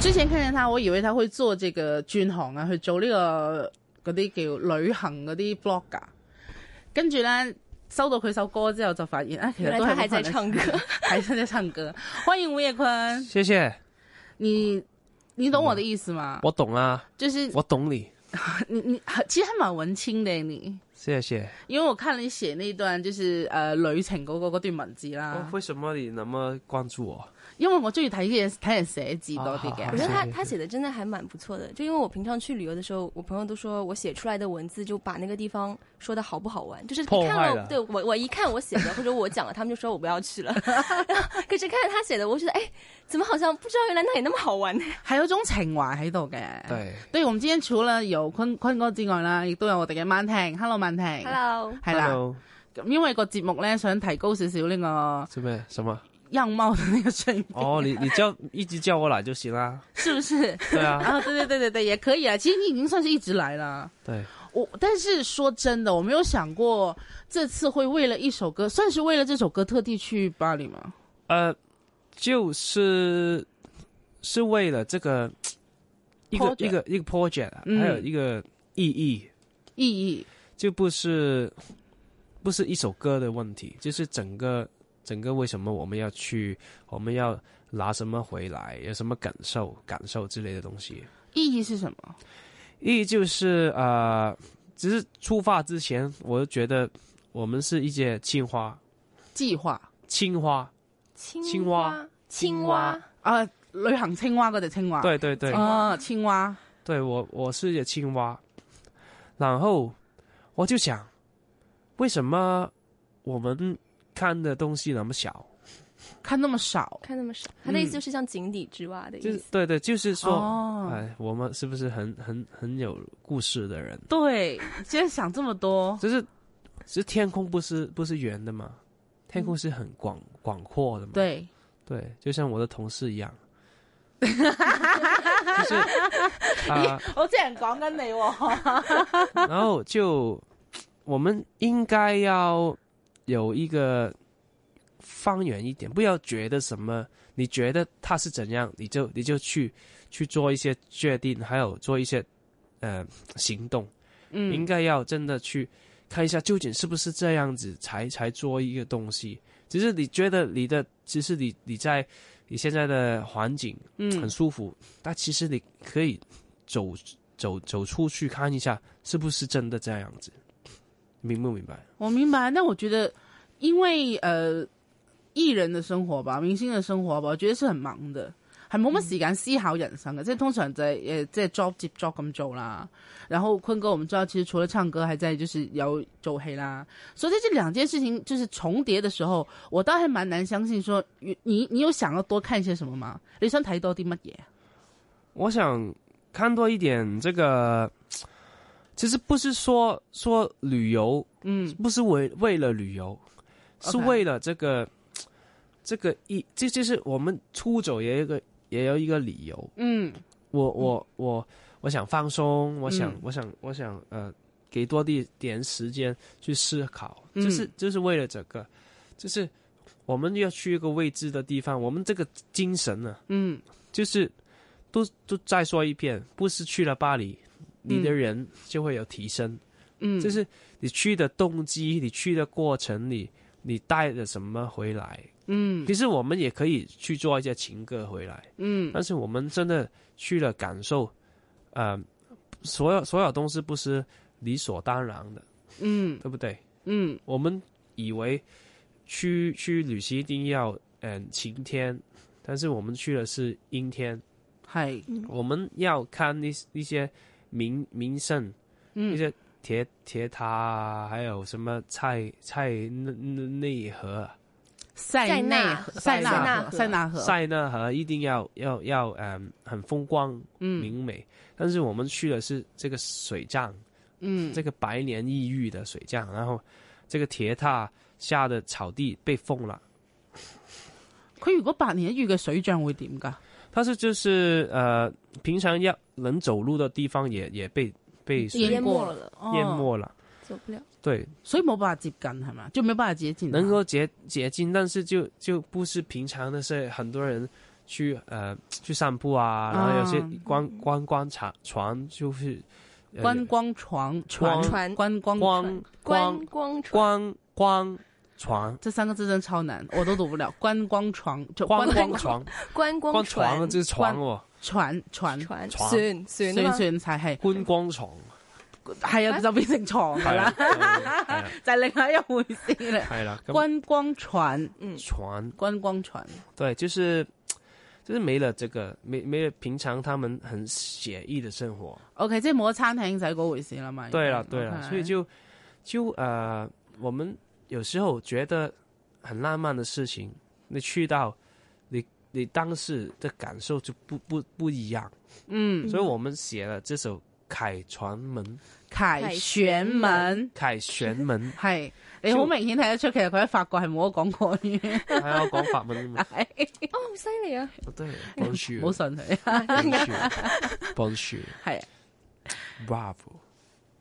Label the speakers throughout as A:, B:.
A: 之前看見他，我以為他會做這個轉行啊，去做呢、個嗰啲叫旅行嗰啲 blogger。跟住咧，收到佢首歌之後，就發現啊，其
B: 原
A: 實
B: 来
A: 都
B: 他
A: 係
B: 还在唱歌，
A: 还是在唱歌。歡迎吳業坤，
C: 谢谢，
A: 你你懂我的意思嗎？
C: 我懂啊，
A: 就是
C: 我懂你，
A: 你你其實還蠻文青的你，
C: 谢谢。
A: 因為我看了你寫那一段就是誒、呃旅程嗰、個嗰段文字啦，
C: 为什么你那么關注我？
A: 因為我中意睇嘢睇人寫字多啲
C: 啊
B: 我
C: 好
B: 觉
A: 嘅
C: 好。
B: 得他
C: 是
B: 他写的真的还蛮不错的。就因为我平常去旅游的时候，我朋友都说我写出来的文字就把那个地方说的好不好玩，就是
C: 破
B: 一看
C: 坏
B: 了
C: 了
B: 对我我一看我写的或者我讲了，他们就说我不要去了。然后可是看着他写的，我觉得哎，怎么好像不知道原来那里那么好玩呢？
A: 係有種情懷喺度嘅。
C: 對，
A: 對，我們今天除了有坤坤哥之外啦，亦都有我哋嘅曼婷，Hello 曼婷
B: Hello，
A: 係啦。
C: Hello，
A: 咁因為個節目咧想提高少少呢個
C: 做咩？什麼？
A: 樣貌嘅呢個水平，
C: 哦，你你叫一直叫我來就行 啦。
A: 是不是？
C: 對啊，
A: 啊，对对对对对，也可以啊。其實你已經算是一直來啦。
C: 對，
A: 我但是說真的，我沒有想過這次會為了一首歌，算是為了這首歌特地去巴黎嗎？
C: 呃，就是是為了這個一個
A: Project
C: 一個一個 project，啊
A: 嗯
C: 還有一個意義，
A: 意義
C: 就不是不是一首歌的問題，就是整個整個為什麼我們要去，我們要拿什麼回來，有什麼感受、感受之類的東西。
A: 意義是什麼？
C: 意义就是呃，只是出发之前，我就觉得我们是一些青蛙，
A: 計劃
C: 青蛙，
B: 青
C: 青蛙，
B: 青
C: 蛙
B: 蛙，
A: 啊，旅行青蛙嗰隻青蛙，
C: 对对对，
A: 啊，青蛙，
C: 对我我是一只青蛙，然后我就想，为什么我们看的东西那么小？
A: 看那麼少
B: 看那么少，
A: 嗯
B: 他的意思就是像井底之蛙的
C: 就
B: 意
C: 是
B: 思。
C: 对对，就是说，
A: 哦。
C: 哎，我们是不是很很很有故事的人？
A: 对，今天想這麼多，
C: 就是，其实天空不是不是圆的嘛，天空是很广广阔的嘛。
A: 對，
C: 对，就像我的同事一样，就是啊、
A: 我之前講緊你喎，
C: 然后就我们应该要有一个方圆一点，不要觉得什么，你觉得他是怎样，你就你就去去做一些决定，还有做一些呃行动，应
A: 嗯，
C: 该要真的去看一下究竟是不是这样子才才做一个东西。只是你觉得你的，只是你你在你现在的环境很
A: 嗯，
C: 舒服，但其实你可以走走走出去看一下，是不是真的这样子，明不明白？
A: 我明白。那我覺得，因為呃，藝人的生活吧，明星的生活吧，我覺得是很忙的，係冇乜時間思考人生嘅。即係通常就係、呃即係 job 接 job 咁做啦。然後坤哥，我們知道其實除了唱歌，還在就是有做戲啦。所以在這兩件事情就是重疊的時候，我倒係蠻難相信說，你你你有想要多看些什麼嗎？你想睇多啲乜嘢？
C: 我想看多一点这个，其实不是说说旅游，
A: 嗯，
C: 不是为为了旅游，是
A: OK
C: 为了这个这个一，这就是我们出走也有一个也有一个理由。
A: 嗯
C: 我我我我想放松，我想、
A: 嗯
C: 我想我想呃，给多一点时间去思考，
A: 嗯
C: 就是就是为了这个，就是我们要去一个未知的地方，我们这个精神呢、
A: 嗯
C: 就是都都再说一遍，不是去了巴黎，你的人就会有提升，
A: 嗯，
C: 就是你去的动机，你去的过程里。你带了什么回来？
A: 嗯
C: 其实我们也可以去做一些情歌回来，
A: 嗯
C: 但是我们真的去了感受，呃，所有所有东西不是理所当然的，
A: 嗯
C: 对不对？
A: 嗯
C: 我们以为去去旅行一定要嗯、晴天，但是我们去的是阴天。
A: 係
C: 我们要看一一些名名胜，一
A: 嗯
C: 些铁铁塔啊，还有什么菜菜内内内河啊，
A: 塞
B: 纳
A: 河
B: 河
A: 塞
C: 塞
A: 纳
B: 纳
A: 河
B: 河
A: 塞纳河，
C: 塞纳河一定要要要嗯很风光
A: 嗯
C: 明媚，但是我们去的是这个水葬，
A: 嗯，
C: 这个百年一遇的水葬，然后这个铁塔下的草地被封了。
A: 佢如果百年一遇嘅水漲會點㗎？
C: 但是就是呃，平常要能走路的地方也也被被水
B: 淹
A: 淹
B: 没
A: 过
B: 了，
A: 哦
C: 淹，没了。
B: 走不了。
C: 对，
A: 所以冇辦法接近係咪？就冇辦法接近啊。
C: 能够捷捷径，但是就就不是平常的是很多人去呃去散步啊，嗯然后有些观观光船船就是、呃
A: 觀光床船
B: 船
A: 觀光
C: 光
B: 观
C: 光
B: 光船
C: 光光船
A: 这三個字真超難，我都讀不了。觀光床就
C: 光
A: 觀
C: 光
A: 光
C: 船
B: 观光
C: 光船这是船哦，
A: 船船
B: 船船
C: 船
B: 船
A: 算
B: 船
A: 算才係
C: 观光船
A: 係啊，就變成床
C: 系
A: 㗎
C: 啦
A: 啦，
C: 系
A: 就係 另外一回事啦。
C: 啦，咁
A: 觀光船，
C: 船
A: 觀光船，
C: 对，就是就是没了这个没没了平常他们很写意的生活。
A: OK，即係冇咗餐廳仔嗰回事啦嘛。
C: 对
A: 已
C: 了
A: 經
C: 对了，
A: 嗯 OK
C: 所以就就呃，我们有时候觉得很浪漫的事情，你去到你你当时的感受就不不不一样，
A: 嗯，
C: 所以我们写了这首《凯船门》《
A: 凱旋門，
C: 凯旋门》
A: 係你好明顯睇得出，其實佢喺法國係冇得講國語嘅，
C: 还要讲法文
A: 啊
C: 嘛？
A: 係
B: 哦，好犀利啊！
C: 对，Bonjour，
A: 唔好信 佢。
C: Bonjour，Bonjour，Bravo，
A: 係，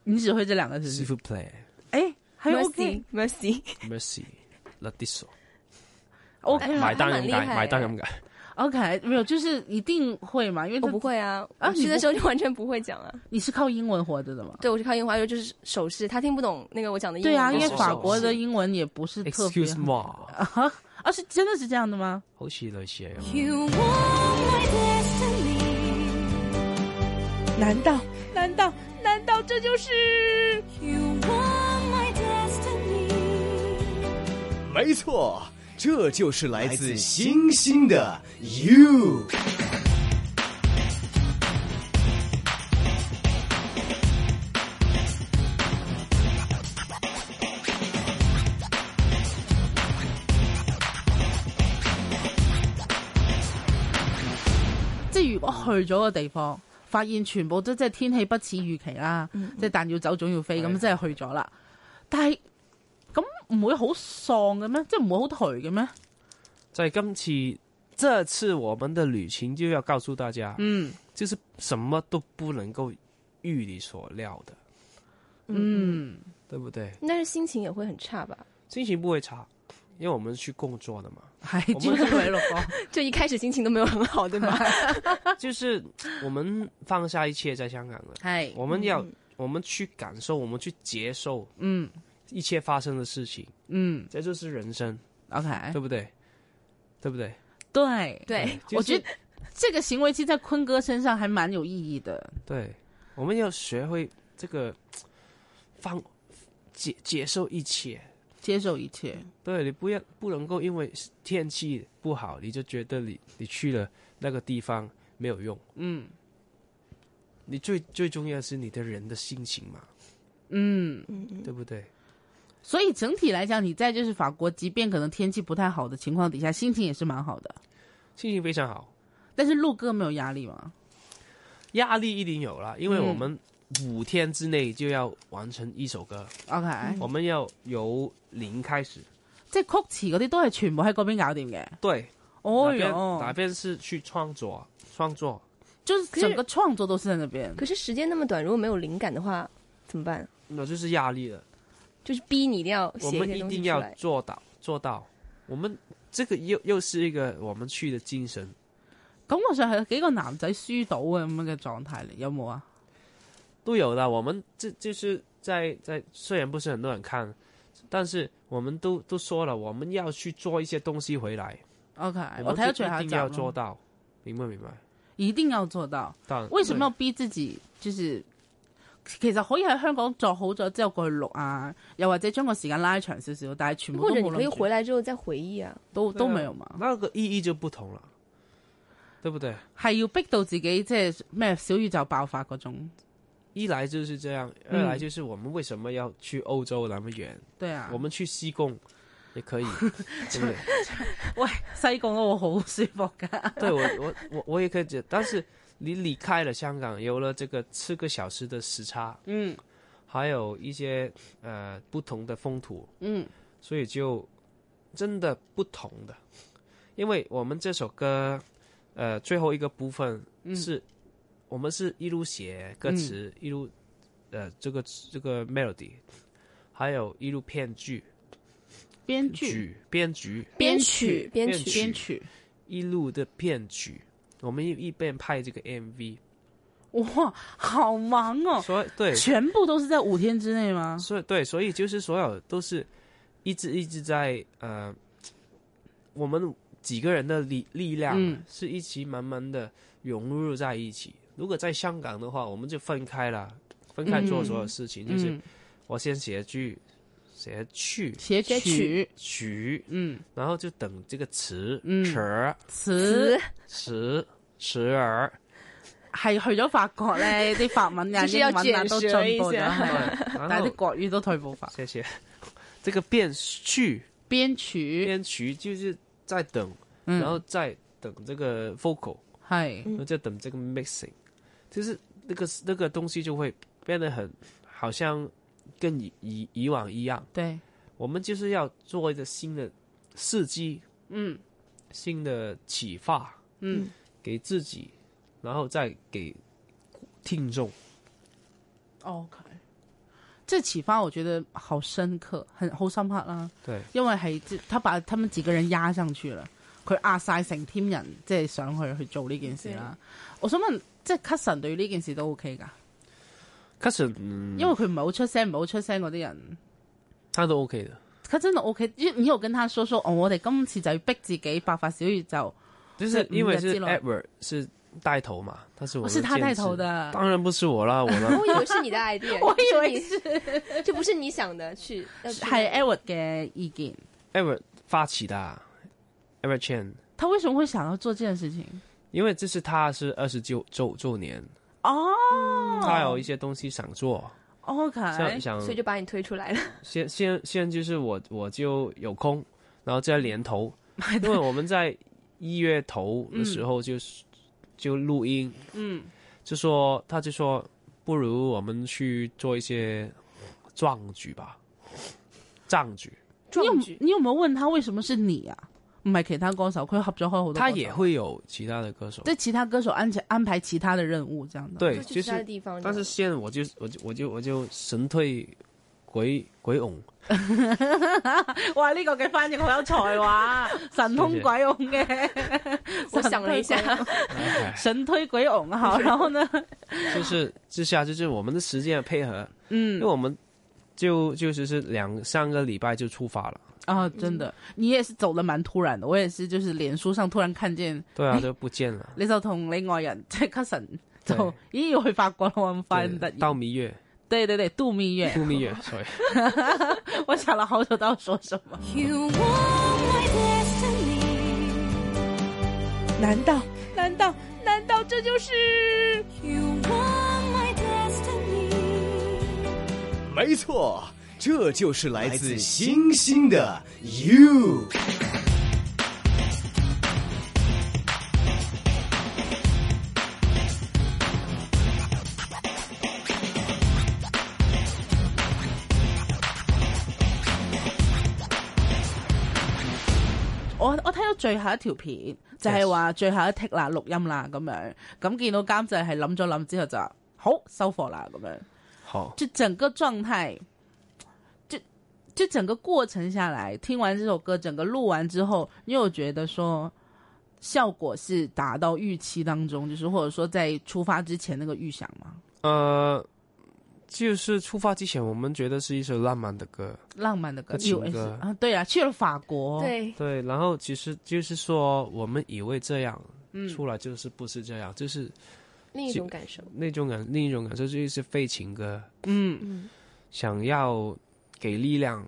A: 你只會這兩個字。啊
C: s'il vous plaît，Merci，
A: 誒，係哎 OK
B: Mercy，Mercy，
C: la d i s o
A: OK
C: 买
B: 買
C: 单
B: 还蛮
C: 咁
B: 厉
C: 解，
B: 害
C: 买单
B: 的
C: 咁解。
A: OK，没有，就是一定会嘛，因为
B: 我
A: 他
B: 不会啊，
A: 啊
B: 我
A: 你
B: 去
A: 不
B: 的时候就完全不会讲啊。
A: 你是靠英文活着的嘛？
B: 对，我是靠樱花肉，就是手势，他听不懂那个我讲的英文。
A: 对啊，因
B: 但是
A: 为
C: 是
A: 法
C: 是
A: 国
C: 是
A: 的英文也不是特别
C: Excuse me。
A: 啊，是真的是这样的吗？
C: 好似類似係咁。
D: You were my destiny.
E: 难道难道难道这就是？
D: You were my destiny.
F: 没错，这就是来自星星的 You。
A: 即係如果去咗個地方，發現全部都即係天氣不似預期啦，即係但要走總要飛，咁即係去咗啦。但係咁唔會好喪嘅咩？即係唔會好頹嘅咩？
C: 在今次这次我们的旅行就要告诉大家，
A: 嗯
C: 就是什么都不能够预你所料的，
A: 嗯，
C: 对不对？
B: 但是心情也会很差吧？
C: 心情不会差，因为我们去工作的嘛。
A: 係
C: 我
A: 專
C: 們
A: 登嚟落歌。
B: 就一开始心情都没有很好，对吗？
C: 就是我们放下一切在香港了，
A: 係
C: 我们要、我们去感受，我们去接受
A: 嗯
C: 一切发生的事情，
A: 嗯
C: 这就是人生，
A: ，OK，
C: 对不对？对不对？
A: 對。
B: 对，
C: 就是
A: 我觉得这个行为其实在坤哥身上还蛮有意义的。
C: 对，我们要学会这个放接接受一切。
A: 接受一切，
C: 对你不要不能够因为天气不好，你就觉得你你去了那个地方没有用。
A: 嗯
C: 你最最重要的是你的人的心情嘛，
A: 嗯，
C: 对不对？
A: 所以整体来讲，你在就是法国，即便可能天气不太好的情况底下，心情也是蛮好的。
C: 心情非常好，
A: 但是录歌没有压力嘛？
C: 压力一定有啦，因为
A: 嗯
C: 我们五天之内就要完成一首歌，
A: OK，、
C: 我们要由零开始。
A: 即系曲词嗰啲都系全部喺嗰边搞掂嘅。
C: 对，
A: 哦
C: 哪边哪
A: 哟，
C: 边是去创作啊创作，
A: 就是整个创作都是在那边。
B: 可是时间那么短，如果没有灵感的话，怎么办？
C: 那就是压力了。
B: 就是逼你一定要
C: 我
B: 写一
C: 们
B: 些
C: 一
B: 东西
C: 定
B: 出
C: 要
B: 来。
C: 做到做到。我们这个又又是一个我们去的精神。
A: 感覺上係幾個男仔輸到嘅咁樣嘅狀態嚟，有冇啊？
C: 都有的。我们这就是在在，虽然不是很多人看，但是我们都都说了，我们要去做一些东西回来。
A: OK，
C: 们
A: 哎我睇咗最後
C: 就一
A: 一
C: 定
A: 集
C: 要做
A: 咯，
C: 到，明白明白。
A: 一定要做到。
C: 但
A: 為什麼要逼自己？就是其實可以喺香港作好咗之後過去錄啊，又或者將個時間拉長少少，但係全部
B: 或
A: 都
B: 者你
A: 冇
B: 可以
A: 諗
B: 回
A: 住，
B: 来之后再回忆啊，
A: 都
C: 对
A: 都
C: 啊
A: 沒有嘛。
C: 那个意义就不同了，对不对？
A: 係要逼到自己即係咩小宇宙爆發嗰種。
C: 一来就是这样，二
A: 嗯
C: 来就是我们为什么要去欧洲那么远？
A: 對啊
C: 我，们去西贡，也可 以，对不对？
A: 喂，西貢我好舒服噶，
C: 对我我我我也可以解，但是你离开了香港，有了这个四个小时的时差，
A: 嗯
C: 还有一些呃不同的风土，
A: 嗯
C: 所以就真的不同的。因为我们这首歌，呃，最后一个部分
A: 嗯，
C: 是，我们是一路写歌词，一路呃这个这个 melody，还有一路编剧
A: 編劇
C: 剧编剧
B: 编
A: 曲
B: 曲编
C: 编
B: 曲，
A: 編曲，
C: 一路的编剧，我们一一边拍这个 MV，
A: 哇，好忙哦！
C: 所以对，
A: 全部都是啊在五天之内吗？
C: 所以对，所以就是所有都是一直一直在呃，我们几个人的力力量啊
A: 嗯
C: 是一起慢慢的融入在一起。如果在香港的话，我们就分开了，分开做所有事情，就是
A: 嗯，
C: 我先写剧，写曲
A: 写
B: 寫
A: 曲
B: 曲，
C: 曲，
A: 嗯，
C: 然后就等这个词
A: 嗯
C: 词儿
A: 詞
C: 词词 儿，
A: 係去咗法國咧，啲法文啊、
B: 就是
A: 英
B: 要
A: 文啊
B: 捲
A: 都進
B: 舌一
A: 步咗，
B: 下
A: 係
C: 然
A: 但係
C: 后
A: 啲國語都退步法。
C: 谢 谢。这个变序
A: 編曲，
C: 编曲就是在等
A: 嗯，
C: 然后再等这个 vocal，
A: 係
C: 然后再等这个 mixing，就是那个那个东西就会变得很好像跟以以以往一样，
A: 對，
C: 我们就是要做一个新的刺激，
A: 嗯
C: 新的启发
A: 嗯
C: 给自己，然后再给听众。
A: 哦，OK。即係啟發，我覺得好深刻，很好深刻啦。
C: 对，
A: 因為係即他把他們幾個人壓上去啦，佢壓晒成 team 人，即係上去去做呢件事啦。我想問，即係 Cousin 對呢件事都 OK 㗎？
C: 开始嗯，
A: 因為佢唔係好出聲，唔係好出聲嗰啲人，
C: 他都 OK 的，
A: 佢真係 OK。因為你有跟他說說，哦，我哋今次就要逼自己百發小宇宙，
C: 就是因为
A: 嗯
C: 是
A: 记录
C: Edward 是带头嘛，他是我
A: 我
C: 的
A: 是他
C: 监
A: 帶
C: 制
A: 頭，的。
C: 当然不是我啦，我啦，
B: 我以为是你的 idea，
A: 我以
B: 就
A: 為
B: 是 你这不是你想的去，要去
A: 係 Edward 嘅意見，
C: Edward 发起的啊，Edward Chen。
A: 他為什麼會想要做這件事情？
C: 因为这是他是二十九周周年，
A: 哦、哎
C: 他有一些东西想做，
A: o k
C: 想 想
B: 所以就把你推出来了。
C: 先先先就是我我就有空，然后再连头， 因为我们在一月头的时候就是、就录音，
A: 嗯，
C: 就说他就说不如我们去做一些壮举吧，壮举，
A: 你有
B: 壮举，
A: 你有冇問他為什麼是你啊？唔係其他歌手，佢合咗開好多歌手。
C: 他也会有其他的歌手
A: 对，其他歌手安排安排其他的任务，这样的。，
C: 对，
B: 就去
C: 就
B: 其他的
C: 是，
B: 地方这
C: 但
B: 样。
C: 是现在我就我就我就我就神退鬼鬼拱，
A: 哇！呢、個嘅翻譯好有才啊華， 神通鬼勇嘅。
B: 我想了一下，
C: 哎
A: 神推鬼勇好，然后呢，
C: 就是之下就是我们的时间的配合，因
A: 嗯
C: 为，我们就就是是两三个礼拜就出发了。
A: 啊，真的，你也是走得蠻突然的，我也是，就是脸书上突然看見
C: 对啊，都不见 了。
A: 你就同你愛人即係 cousin 就咦要去法國啦，咁快咁突
C: 对
A: 然，
C: 到蜜月，
A: 對對對，度蜜月，
C: 度 蜜月，sorry，
A: 我想了好久都要說什麼。
D: You were my destiny.
E: 难道难道难道这就是
D: You were my destiny.
F: 没错，这就是来自星星的 you。
A: 我我睇到最後一條片，就係話最後一剔啦，錄音啦咁樣，咁見到監製係諗咗諗之後就話好收貨啦咁樣，
C: 好，
A: 就整個狀態，就就整個過程下來，聽完這首歌，整個錄完之後，因為我覺得說效果是達到預期當中，就是或者說在出發之前那個預想嘛，
C: 呃，就是出发之前，我们觉得是一首浪漫的歌，
A: 浪漫的歌
C: 那情
A: US
C: 歌
A: 啊，对啊，去了法国，
B: 对，
C: 对，然后其实就是说，我们以为这样，
A: 嗯
C: 出来就是不是这样，就是
B: 另一种感受。
C: 那种感，另一种感受就是废情歌，
A: 嗯，
B: 嗯，
C: 想要给力量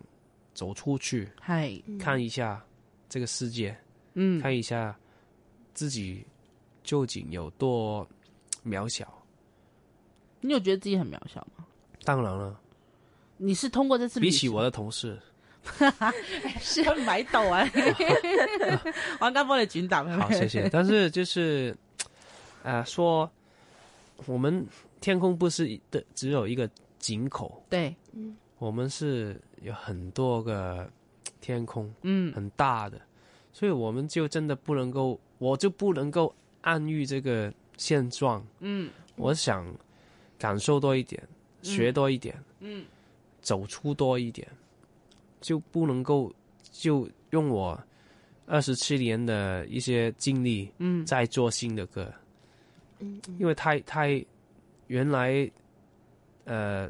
C: 走出去，
A: 係，
C: 看一下这个世界，
A: 嗯，
C: 看一下自己究竟有多渺小。
A: 你有覺得自己很渺小嗎？
C: 当然了，
A: 你是通過這次旅
C: 比起
A: 行
C: 我的同事，
A: 佢唔喺度 啊！我啱啱幫你轉達係咪
C: 好，谢谢。但是就是，呃，说我们天空不是一的只有一个井口，
A: 對，
C: 我们是有很多个天空，
A: 嗯，
C: 很大的，所以我们就真的不能够，我就不能够安于这个现状。嗯，我想感受多一点，学多一点，嗯，走出多一点，就不能够就用我二十七年的一些经历，嗯，再做新的歌，嗯，因为太太原来呃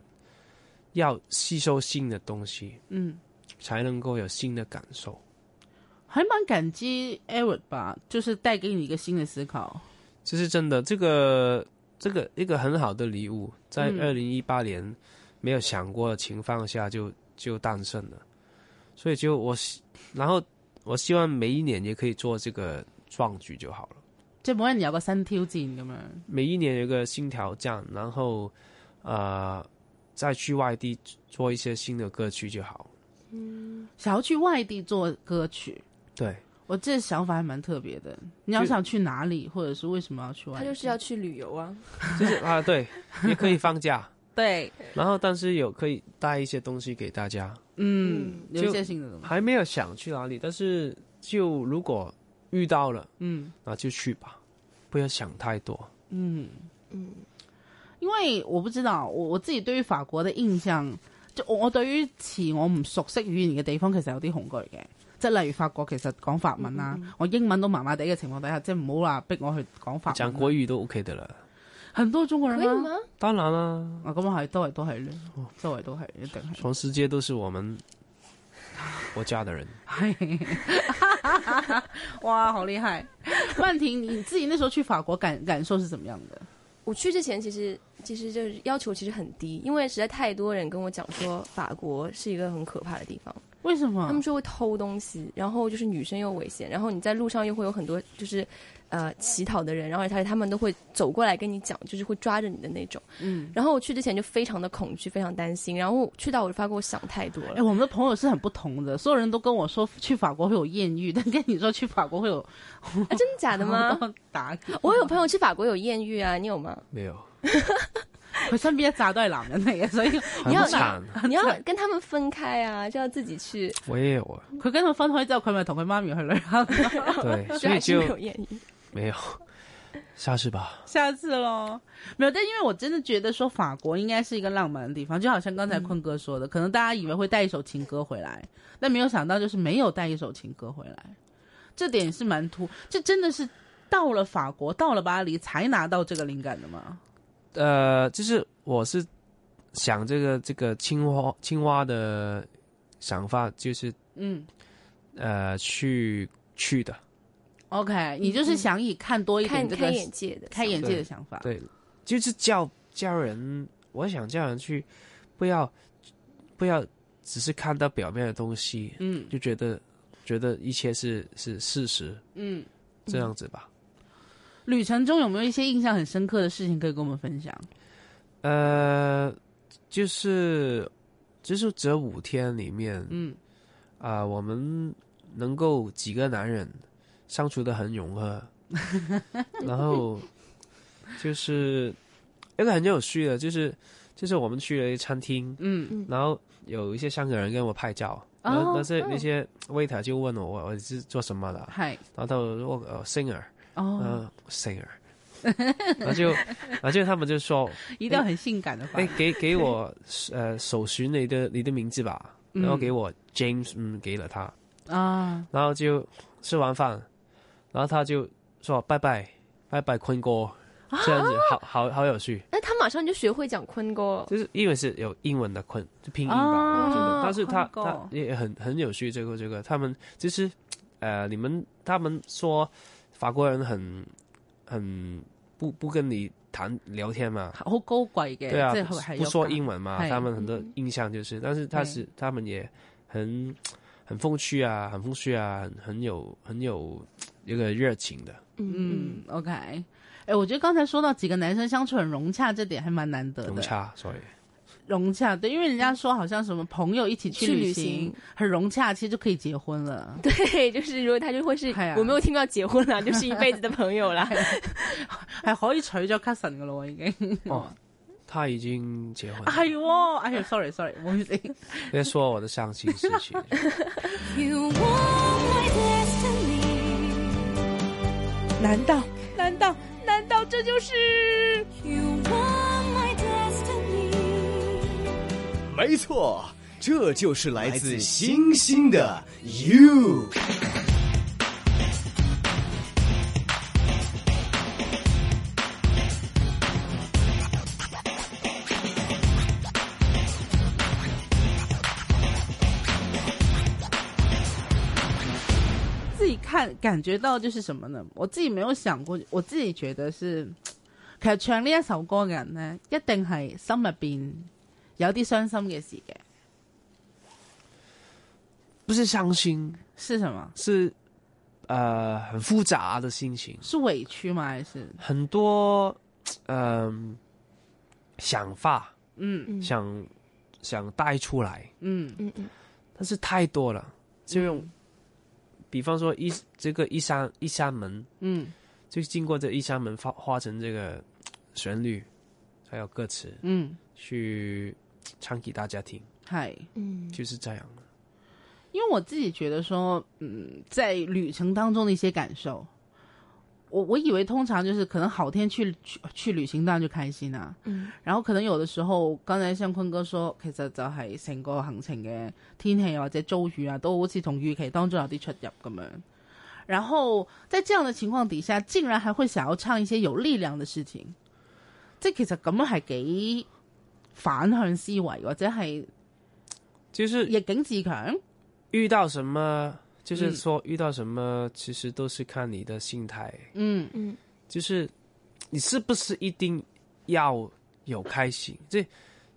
C: 要吸收新的东西，
A: 嗯，
C: 才能够有新的感受。
A: 还蛮感激 Eric 吧，就是带给你一个新的思考。
C: 这是真的，这个这个一个很好的礼物，在
A: 嗯
C: 二零一八年没有想过的情况下就就诞生了，所以就我希，然后我希望每一年也可以做这个壮举就好了，
A: 即係每人有個新挑戰咁樣，
C: 每一年有一个新挑战，然后呃再去外地做一些新的歌曲就好。
A: 想要去外地做歌曲，
C: 对，
A: 我这想法还蛮特别的。你要
C: 就
A: 想去哪里，或者是为什么要去外
B: 他
A: 地？
B: 就是要去旅游啊，
C: 就是啊，对，也可以放假，
A: 对，
C: 然后但是有可以带一些东西给大家。
A: 嗯，有一
C: 就
A: 些新的东西，
C: 还没有想去哪里，但是就如果遇到了，
A: 嗯
C: 那就去吧，不要想太多。
A: 嗯。
B: 嗯，
A: 因為我不知道，我我自己對於法國的印象，即我我對於詞我唔熟悉語言嘅地方，其實有啲恐懼嘅。即係例如法國，其實講法文啦，我英文都麻麻地嘅情況底下，即係唔好話逼我去講法
C: 讲
A: 文啊
C: 国
A: 啦。
C: 语都 OK 的了，
A: 很多中國人
B: 可
A: 啦
B: 以吗？
C: 当然啦，
A: 啊，咁啊係，周圍都係咧，周圍都係，一定係。
C: 全世界都是我们 国家的人。
A: 係哇，好厲害！曼婷，你自己那時候去法國感感受是怎么样的？
B: 我去之前其实其实就是要求其实很低，因为实在太多人跟我讲说法国是一个很可怕的地方，
A: 為什麼？
B: 他们说会偷东西，然后就是女生又危险，然后你在路上又会有很多就是呃乞讨的人，然后而且他们都会走过来跟你讲，就是会抓着你的那种。
A: 嗯，
B: 然后我去之前就非常的恐惧，非常担心，然后去到我就发现我想太多
A: 哎、
B: 了。
A: 我们的朋友是很不同的，所有人都跟我说去法国会有艳遇，但跟你说去法国会有
B: 啊、真的假的 吗？
A: 打劫。
B: 我有朋友去法国有艳遇啊，你有吗？
C: 没有，
A: 佢身邊一扎都係男人嚟嘅，所以
C: 很
B: 要
C: 惨。
B: 你 要跟他们分开啊，就要自己去，
C: 我也有 啊，
A: 佢跟佢分開之後，佢咪同佢媽咪去旅行。
C: 对，
B: 就
C: 所以
B: 还是
C: 就
B: 没有艳遇。
C: 没有。下次吧，
A: 下次喽，没有，但因为我真的觉得说法国应该是一个浪漫的地方，就好像刚才坤哥说的，可能大家以为会带一首情歌回来，但没有想到就是没有带一首情歌回来，这点是蛮突，这真的是到了法国，到了巴黎才拿到这个灵感的吗？
C: 呃，就是我是想这个这个青蛙青蛙的想法，就是
A: 嗯
C: 呃去去的，
A: ，OK，你就是想以嗯看多一
B: 看
A: 点这个
B: 开眼界的，
A: 开眼界
C: 对
A: 的想法，
C: 对，就是叫叫人，我想叫人去，不要不要只是看到表面的东西，
A: 嗯
C: 就觉得觉得一切是是事实
A: 嗯。
C: 这样子吧。
A: 旅程中有没有一些印象很深刻的事情可以跟我们分享？
C: 呃，就是就是这五天里面，
A: 嗯
C: 啊、我们能够几个男人相处的很融合，然后就是一个很有趣的，就是就是我们去了一个餐厅，
A: 嗯
C: 然后有一些香港人跟我拍照，
A: 哦
C: 然后但
A: 嗯
C: 是那些 waiter 就问我我我是做什么的，
A: 嗨
C: 然后他们说我呃 singer，
A: 哦，
C: 嗯 singer，然后就然后就他们就 说，
A: 一定要很性感的吧？
C: 哎给给我呃搜寻你的你的名字吧，
A: 嗯
C: 然后给我 James 嗯给了他，
A: 啊，
C: 然后就吃完饭，然后他就说拜拜拜拜坤
A: 啊
C: 哥，这样子好好好有趣。
B: 那他马上就学会讲昆哥，
C: 就是因为是有英文的困，就拼音吧，
A: 哦
C: 我觉得。但是
B: 啊
C: 他
A: 困
C: 他
A: 够
C: 也很很有趣，这个这个，他们就是呃，你们他们说法国人很很不不跟你谈聊天嘛，
A: 好高貴嘅，
C: 对啊
A: 即係係，有
C: 不说
A: 感
C: 英文嘛，
A: 哎
C: 他们很多印象就是，但是他是他们也很很风趣啊，很风趣啊，很很有很有一个热情的。
A: 嗯，OK。哎、我觉得刚才说到几个男生相处很融洽，这点还蛮难得的。
C: 融洽，所以
A: 融洽，对，因为人家说好像什么朋友一起去
B: 去
A: 旅
B: 旅
A: 行
B: 行，
A: 很融洽，其实就可以结婚 了。
B: 对，就是如果他就会是，
A: 係啊
B: 我没有听到结婚啦，就是一辈子的朋友啦。
A: 係哎可以娶咗 cousin 噶咯喎，已經
C: 哦，他已经结婚了。
A: 係喎，哎呀，sorry sorry，唔好意思。
C: 在说我的伤心事 情。
D: You were my destiny.
E: 难道难道难道这就是？
D: You were my destiny.
F: 没错，这就是来自星星的 you。
A: 自己看感覺到就是什麼呢？我自己沒有想過，我自己覺得是，其實唱呢一首歌嘅人呢，一定係心入邊有啲傷心嘅事嘅，
C: 不是伤心，
A: 是什麼？
C: 是呃很复杂的心情，
A: 是委屈嗎？還是
C: 很多嗯、想法
A: 嗯
B: 嗯
C: 想想带出来，
A: 嗯
B: 嗯嗯，
C: 但是太多了。就用、比方说一这个一扇一扇门，
A: 嗯
C: 就经过这一扇门发化成这个旋律，还有歌词
A: 嗯
C: 去唱给大家听，
A: 係。
B: 嗯
C: 就是这样。
A: 因为我自己觉得说，嗯，在旅程当中的一些感受，我我以为通常就是可能好天去去去旅行，当然就开心啦、
B: 嗯
A: 然後可能有的時候，剛才向坤哥說，其實就係成個行程嘅天氣或者遭遇啊，都好似同預期當中有啲出入咁樣。然後在這樣的情況底下，竟然還會想要唱一些有力量的事情，即係其實咁樣係幾反向思維，或者係
C: 就是
A: 逆境自強。
C: 遇到什么，就是
A: 嗯
C: 说遇到什么，其实都是看你的心态，
A: 嗯
B: 嗯
C: 就是你是不是一定要有开心？即系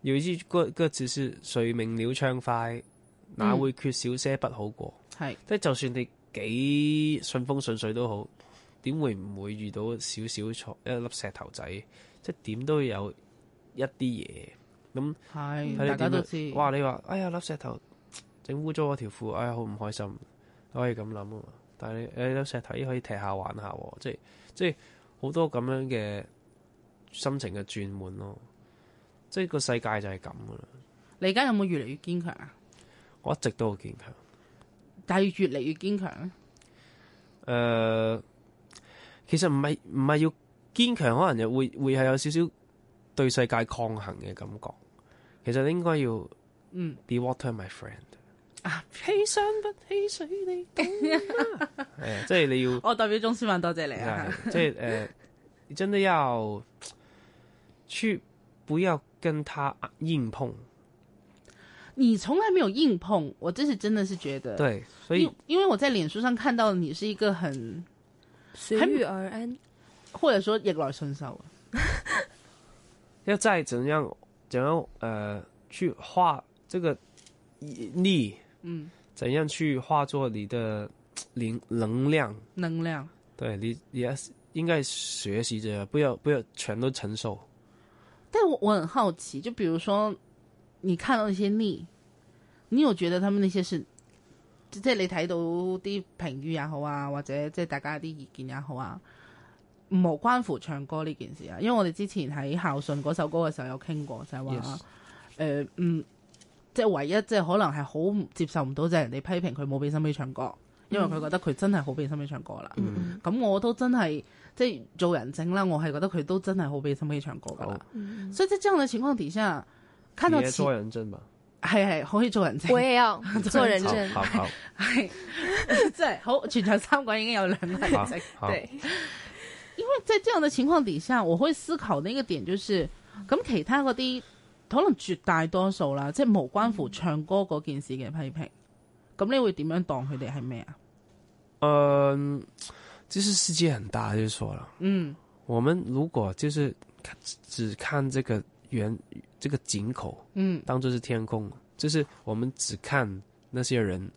C: 有一句歌歌词是“誰明了暢快，哪會缺少些不好過
A: 係。”
C: 即係就算你幾順風順水都好，點會唔會遇到少少錯一粒石頭仔？即係點都有一啲嘢。咁
A: 係，
C: 睇你
A: 大家
C: 點
A: 都
C: 啦
A: 知。
C: 哇！你話哎呀粒石頭整污糟我條褲，哎呀好唔開心，可以咁諗啊嘛。但係你誒粒石頭咦可以踢下玩下喎，即係即係好多咁樣嘅心情嘅轉換咯。即係個世界就係咁噶啦，
A: 你而家有冇越嚟越堅強啊？
C: 我一直都好堅強。
A: 但係越嚟越堅強啊咧，
C: 誒、其實唔係唔係要堅強，可能又會會係有少少對世界抗衡嘅感覺。其實你應該要
A: 嗯
C: be water my friend，
A: 啊，
C: 欺山不欺水，你懂嗎？係啊即係你要。
A: 我代表鍾思曼多謝你啊！
C: 对， 这呃，你真的要去不要跟他硬碰，
A: 你從來沒有硬碰，我这是真的是觉得，
C: 对，所以
A: 因因为我在臉書上看到你是一個很
B: 随
A: 還
B: 遇而安。
A: 或者說逆來順受啊，
C: 要再怎样怎样呃去化这个力，
A: 嗯，
C: 怎样去化作你的能能量，
A: 能量
C: 对你你要应该学习着，不要不要全都承受。
A: 但我我很好奇，就比如说你看到那些逆，你有覺得他們那些是，即係你睇到啲評語也好啊，或者即係大家啲意見也好啊，無關乎唱歌呢件事啊。因為我哋之前喺孝順嗰首歌嘅時候有傾過，就係話
C: Yes
A: 誒嗯，即係唯一即係可能係好唔接受唔到就係人哋批評佢冇俾心機唱歌，因為佢覺得佢真係好俾心機唱歌啦。
B: 嗯
A: 咁我都真係即係做人證啦，我係覺得佢都真係好俾心機唱歌噶啦。
B: 嗯，
A: 所以在这样的情况底下，看到
C: 你也
A: 其哎
C: 做人真吧，
A: 係系可以做人證，
B: 我 也要做人
C: 好
B: 证。
C: 好好
A: 係即係好全場三個人已經有兩個人
C: 好
A: 證。
C: 好，
B: 对，
A: 因為在這樣的情況底下，我會思考的一個點就是，咁其他嗰啲可能絕大多數啦，即係無關乎唱歌嗰件事嘅批評，咁你會點樣當佢哋係咩啊？
C: 嗯，就是世界很大，就是说了。
A: 嗯
C: 我们如果就是看只看这个圆这个井口
A: 嗯
C: 当做是天空，就是我们只看那些人，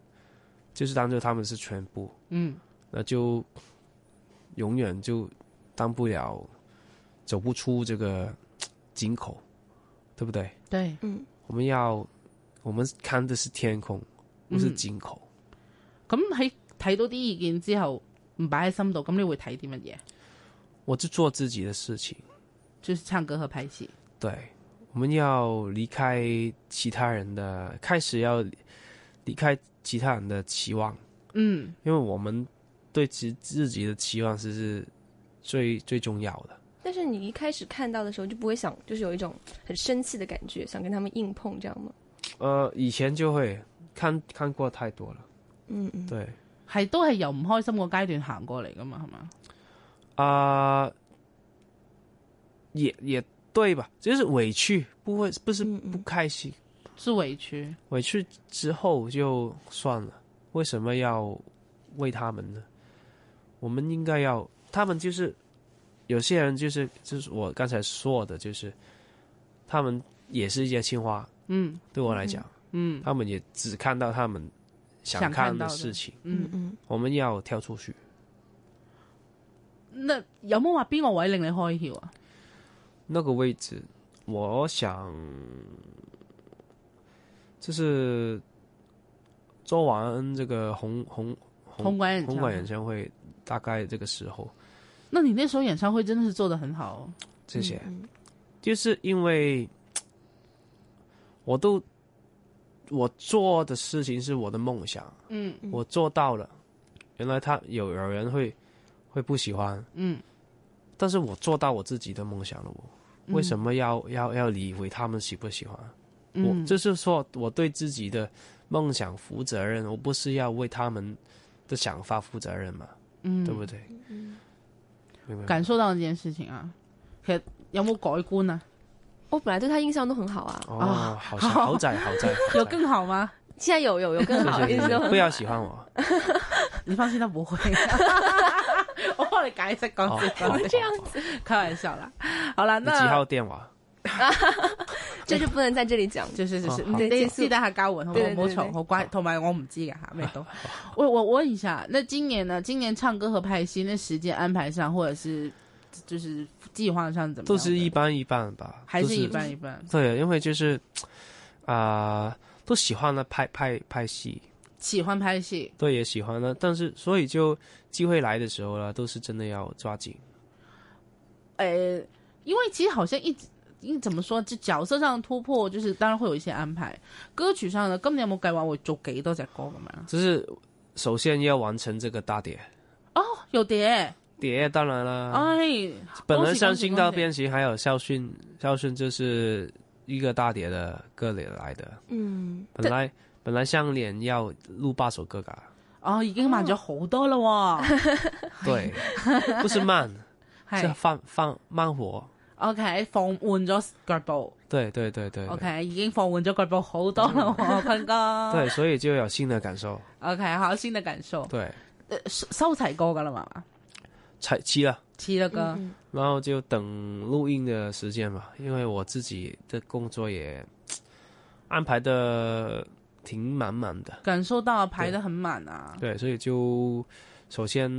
C: 就是当做他们是全部，
A: 嗯
C: 那就永远就当不了，走不出这个井口，对不对？
A: 对，
B: 嗯，
C: 我们要我们看的是天空，不
A: 嗯
C: 是井口。
A: 咁喺睇到啲意見之後，唔擺喺心度，咁你會睇啲乜嘢？
C: 我就做自己的事情。
A: 就是唱歌和拍戲。
C: 对，我们要离开其他人的，开始要离开其他人的期望，
A: 嗯，
C: 因为我们对自自己的期望是是最最重要的。
B: 但是你一开始看到的时候就不会想，就是有一种很生气的感觉，想跟他们硬碰，这样吗？
C: 呃，以前就会看看过太多了，
B: 嗯嗯，
C: 对
A: 係都係由唔開心個階段行過嚟噶嘛，係嘛？
C: 啊、也也对吧？就是委屈，不会不是
B: 嗯嗯
C: 不开心，
A: 是委屈，
C: 委屈之后就算了，为什么要为他们呢？我们应该要，他们就是有些人就是就是我刚才说的，就是他们也是一些青蛙，
A: 嗯
C: 对我来讲，
A: 嗯
C: 他们也只看到他们想
A: 想看
C: 看的
A: 到的
C: 事情，
B: 嗯
A: 嗯。
B: 嗯，
C: 我们要跳出去。
A: 那有冇話邊個位令你開竅啊？
C: 那个位置，我想就是周完恩这个红红
A: 红馆演
C: 红馆演
A: 唱，
C: 唱会，大概这个时候。
A: 那你那时候演唱会真的是做的很好哦。
C: 这些，
B: 嗯
C: 就是因为我都我做的事情是我的梦想，
A: 嗯
B: 嗯
C: 我做到了。原来他有有人会会不喜欢，
A: 嗯，
C: 但是我做到我自己的梦想了我。为什么要、要要理会他们喜不喜欢？
A: 嗯
C: 我就是说，我对自己的梦想负责任，我不是要为他们的想法负责任嘛，
A: 嗯
C: 对不对？明白吗。
A: 感受到呢件事情啊？其實有冇改觀 啊？
B: 我哦本来对他印象都很好啊，
C: 哦
A: 啊，
C: 好像好在好在，好
A: 有
C: 在
A: 更好吗？
B: 现在有有有更好，
C: 谢
B: 一
C: 谢
B: 直都
C: 不
B: 很
C: 要喜欢我。
A: 你放心，他 不會。我幫你解釋
C: 哦
A: 講先，
C: 好
A: 講
C: 这
A: 先
C: 样
A: 開玩笑啦。好啦，
C: 你几
A: 那
C: 号电话？
B: 这就不能在这里讲。
A: 就是就
C: 哦
A: 是，
C: 好
A: 你你
B: 對
A: 私底下交換好唔好
B: 對對
A: 唔好
B: 對對
A: 嘈，好乖。同埋我唔知嘅嚇，咩 都。我我問一下，那今年呢？今年唱歌和拍戲，那時間安排上，或者是就是計劃上怎麼樣的？
C: 都是一般一般吧，
A: 还
C: 都
A: 是
C: 是
A: 一般一般，
C: 对，因为就是啊、都喜欢了拍拍拍戏，
A: 喜欢拍戏。
C: 对，也喜欢了，但是所以就机会来的时候呢，都是真的要抓紧。
A: 呃，因为其实好像一直。因怎么说，就角色上的突破，就是当然会有一些安排。歌曲上呢，今年有冇计划会做几多只歌咁样？
C: 就是首先要完成这个大碟，
A: 哦，有碟，
C: 碟当然啦，
A: 哎，
C: 本
A: 恭
C: 人
A: 喜
C: 相
A: 恭喜
C: 信
A: 恭
C: 到
A: 喜
C: 变形还有校训，校训就是一个大碟的歌里来的，
B: 嗯，
C: 本来本来项链要录八首歌噶，
A: 哦，已經慢咗好多啦喎。
C: 对，不是慢，是
A: 係
C: 放放慢活。
A: ，OK，放緩咗腳步
C: 对对对对对
A: ，OK，已經放緩咗腳步好多啦喎， 坤哥。
C: 对，所以就有新的感受。
A: ，OK，好，新的感受，
C: 对，
A: 呃收收齊歌㗎啦嘛，係嘛
C: 采期了，
A: 黐啦歌，
B: 嗯
C: 然后就等录音的时间嘛，因为我自己的工作也安排的挺满满的。
A: 感受到排得很满啊。
C: 对，所以就首先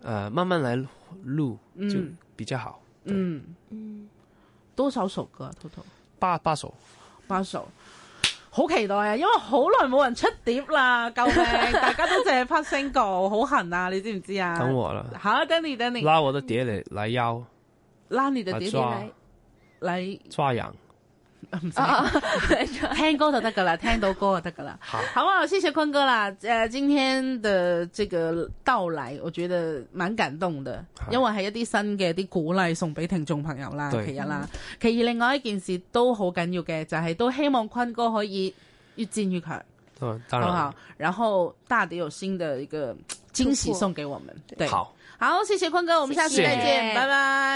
C: 呃慢慢来录就
A: 嗯
C: 比较好。
A: 嗯，
B: 嗯
A: 多少首歌，total？啊
C: 八八首，
A: 八首。好期待啊！因為好耐冇人出碟啦，救 命！大家都淨係拍 single，好痕啊！你知唔知啊？
C: 等我了，
A: 好，等你，等你，
C: 拉我的碟来来腰
A: 拉你的碟片
C: 啊抓
B: 来
A: 嚟
C: 抓痒。
A: 唔
B: 啊
A: 使聽歌就得噶 啦，聽到歌就得噶啦。
C: 好，
A: 好啊，谢谢坤哥啦。呃，今天的这个到来，我覺得蠻感動的，
C: 係
A: 因為係一啲新嘅啲鼓勵送俾聽眾朋友啦。
C: 對
A: 其一啦，其二另外一件事都好緊要嘅，就係、都希望坤哥可以越戰越強。
C: 嗯，当
A: 好不
C: 然
A: 好？然后大迪有新的一个惊喜送给我们，对，
C: 好。
A: 好，谢谢坤哥，我们下次
C: 谢谢
A: 再见，拜拜。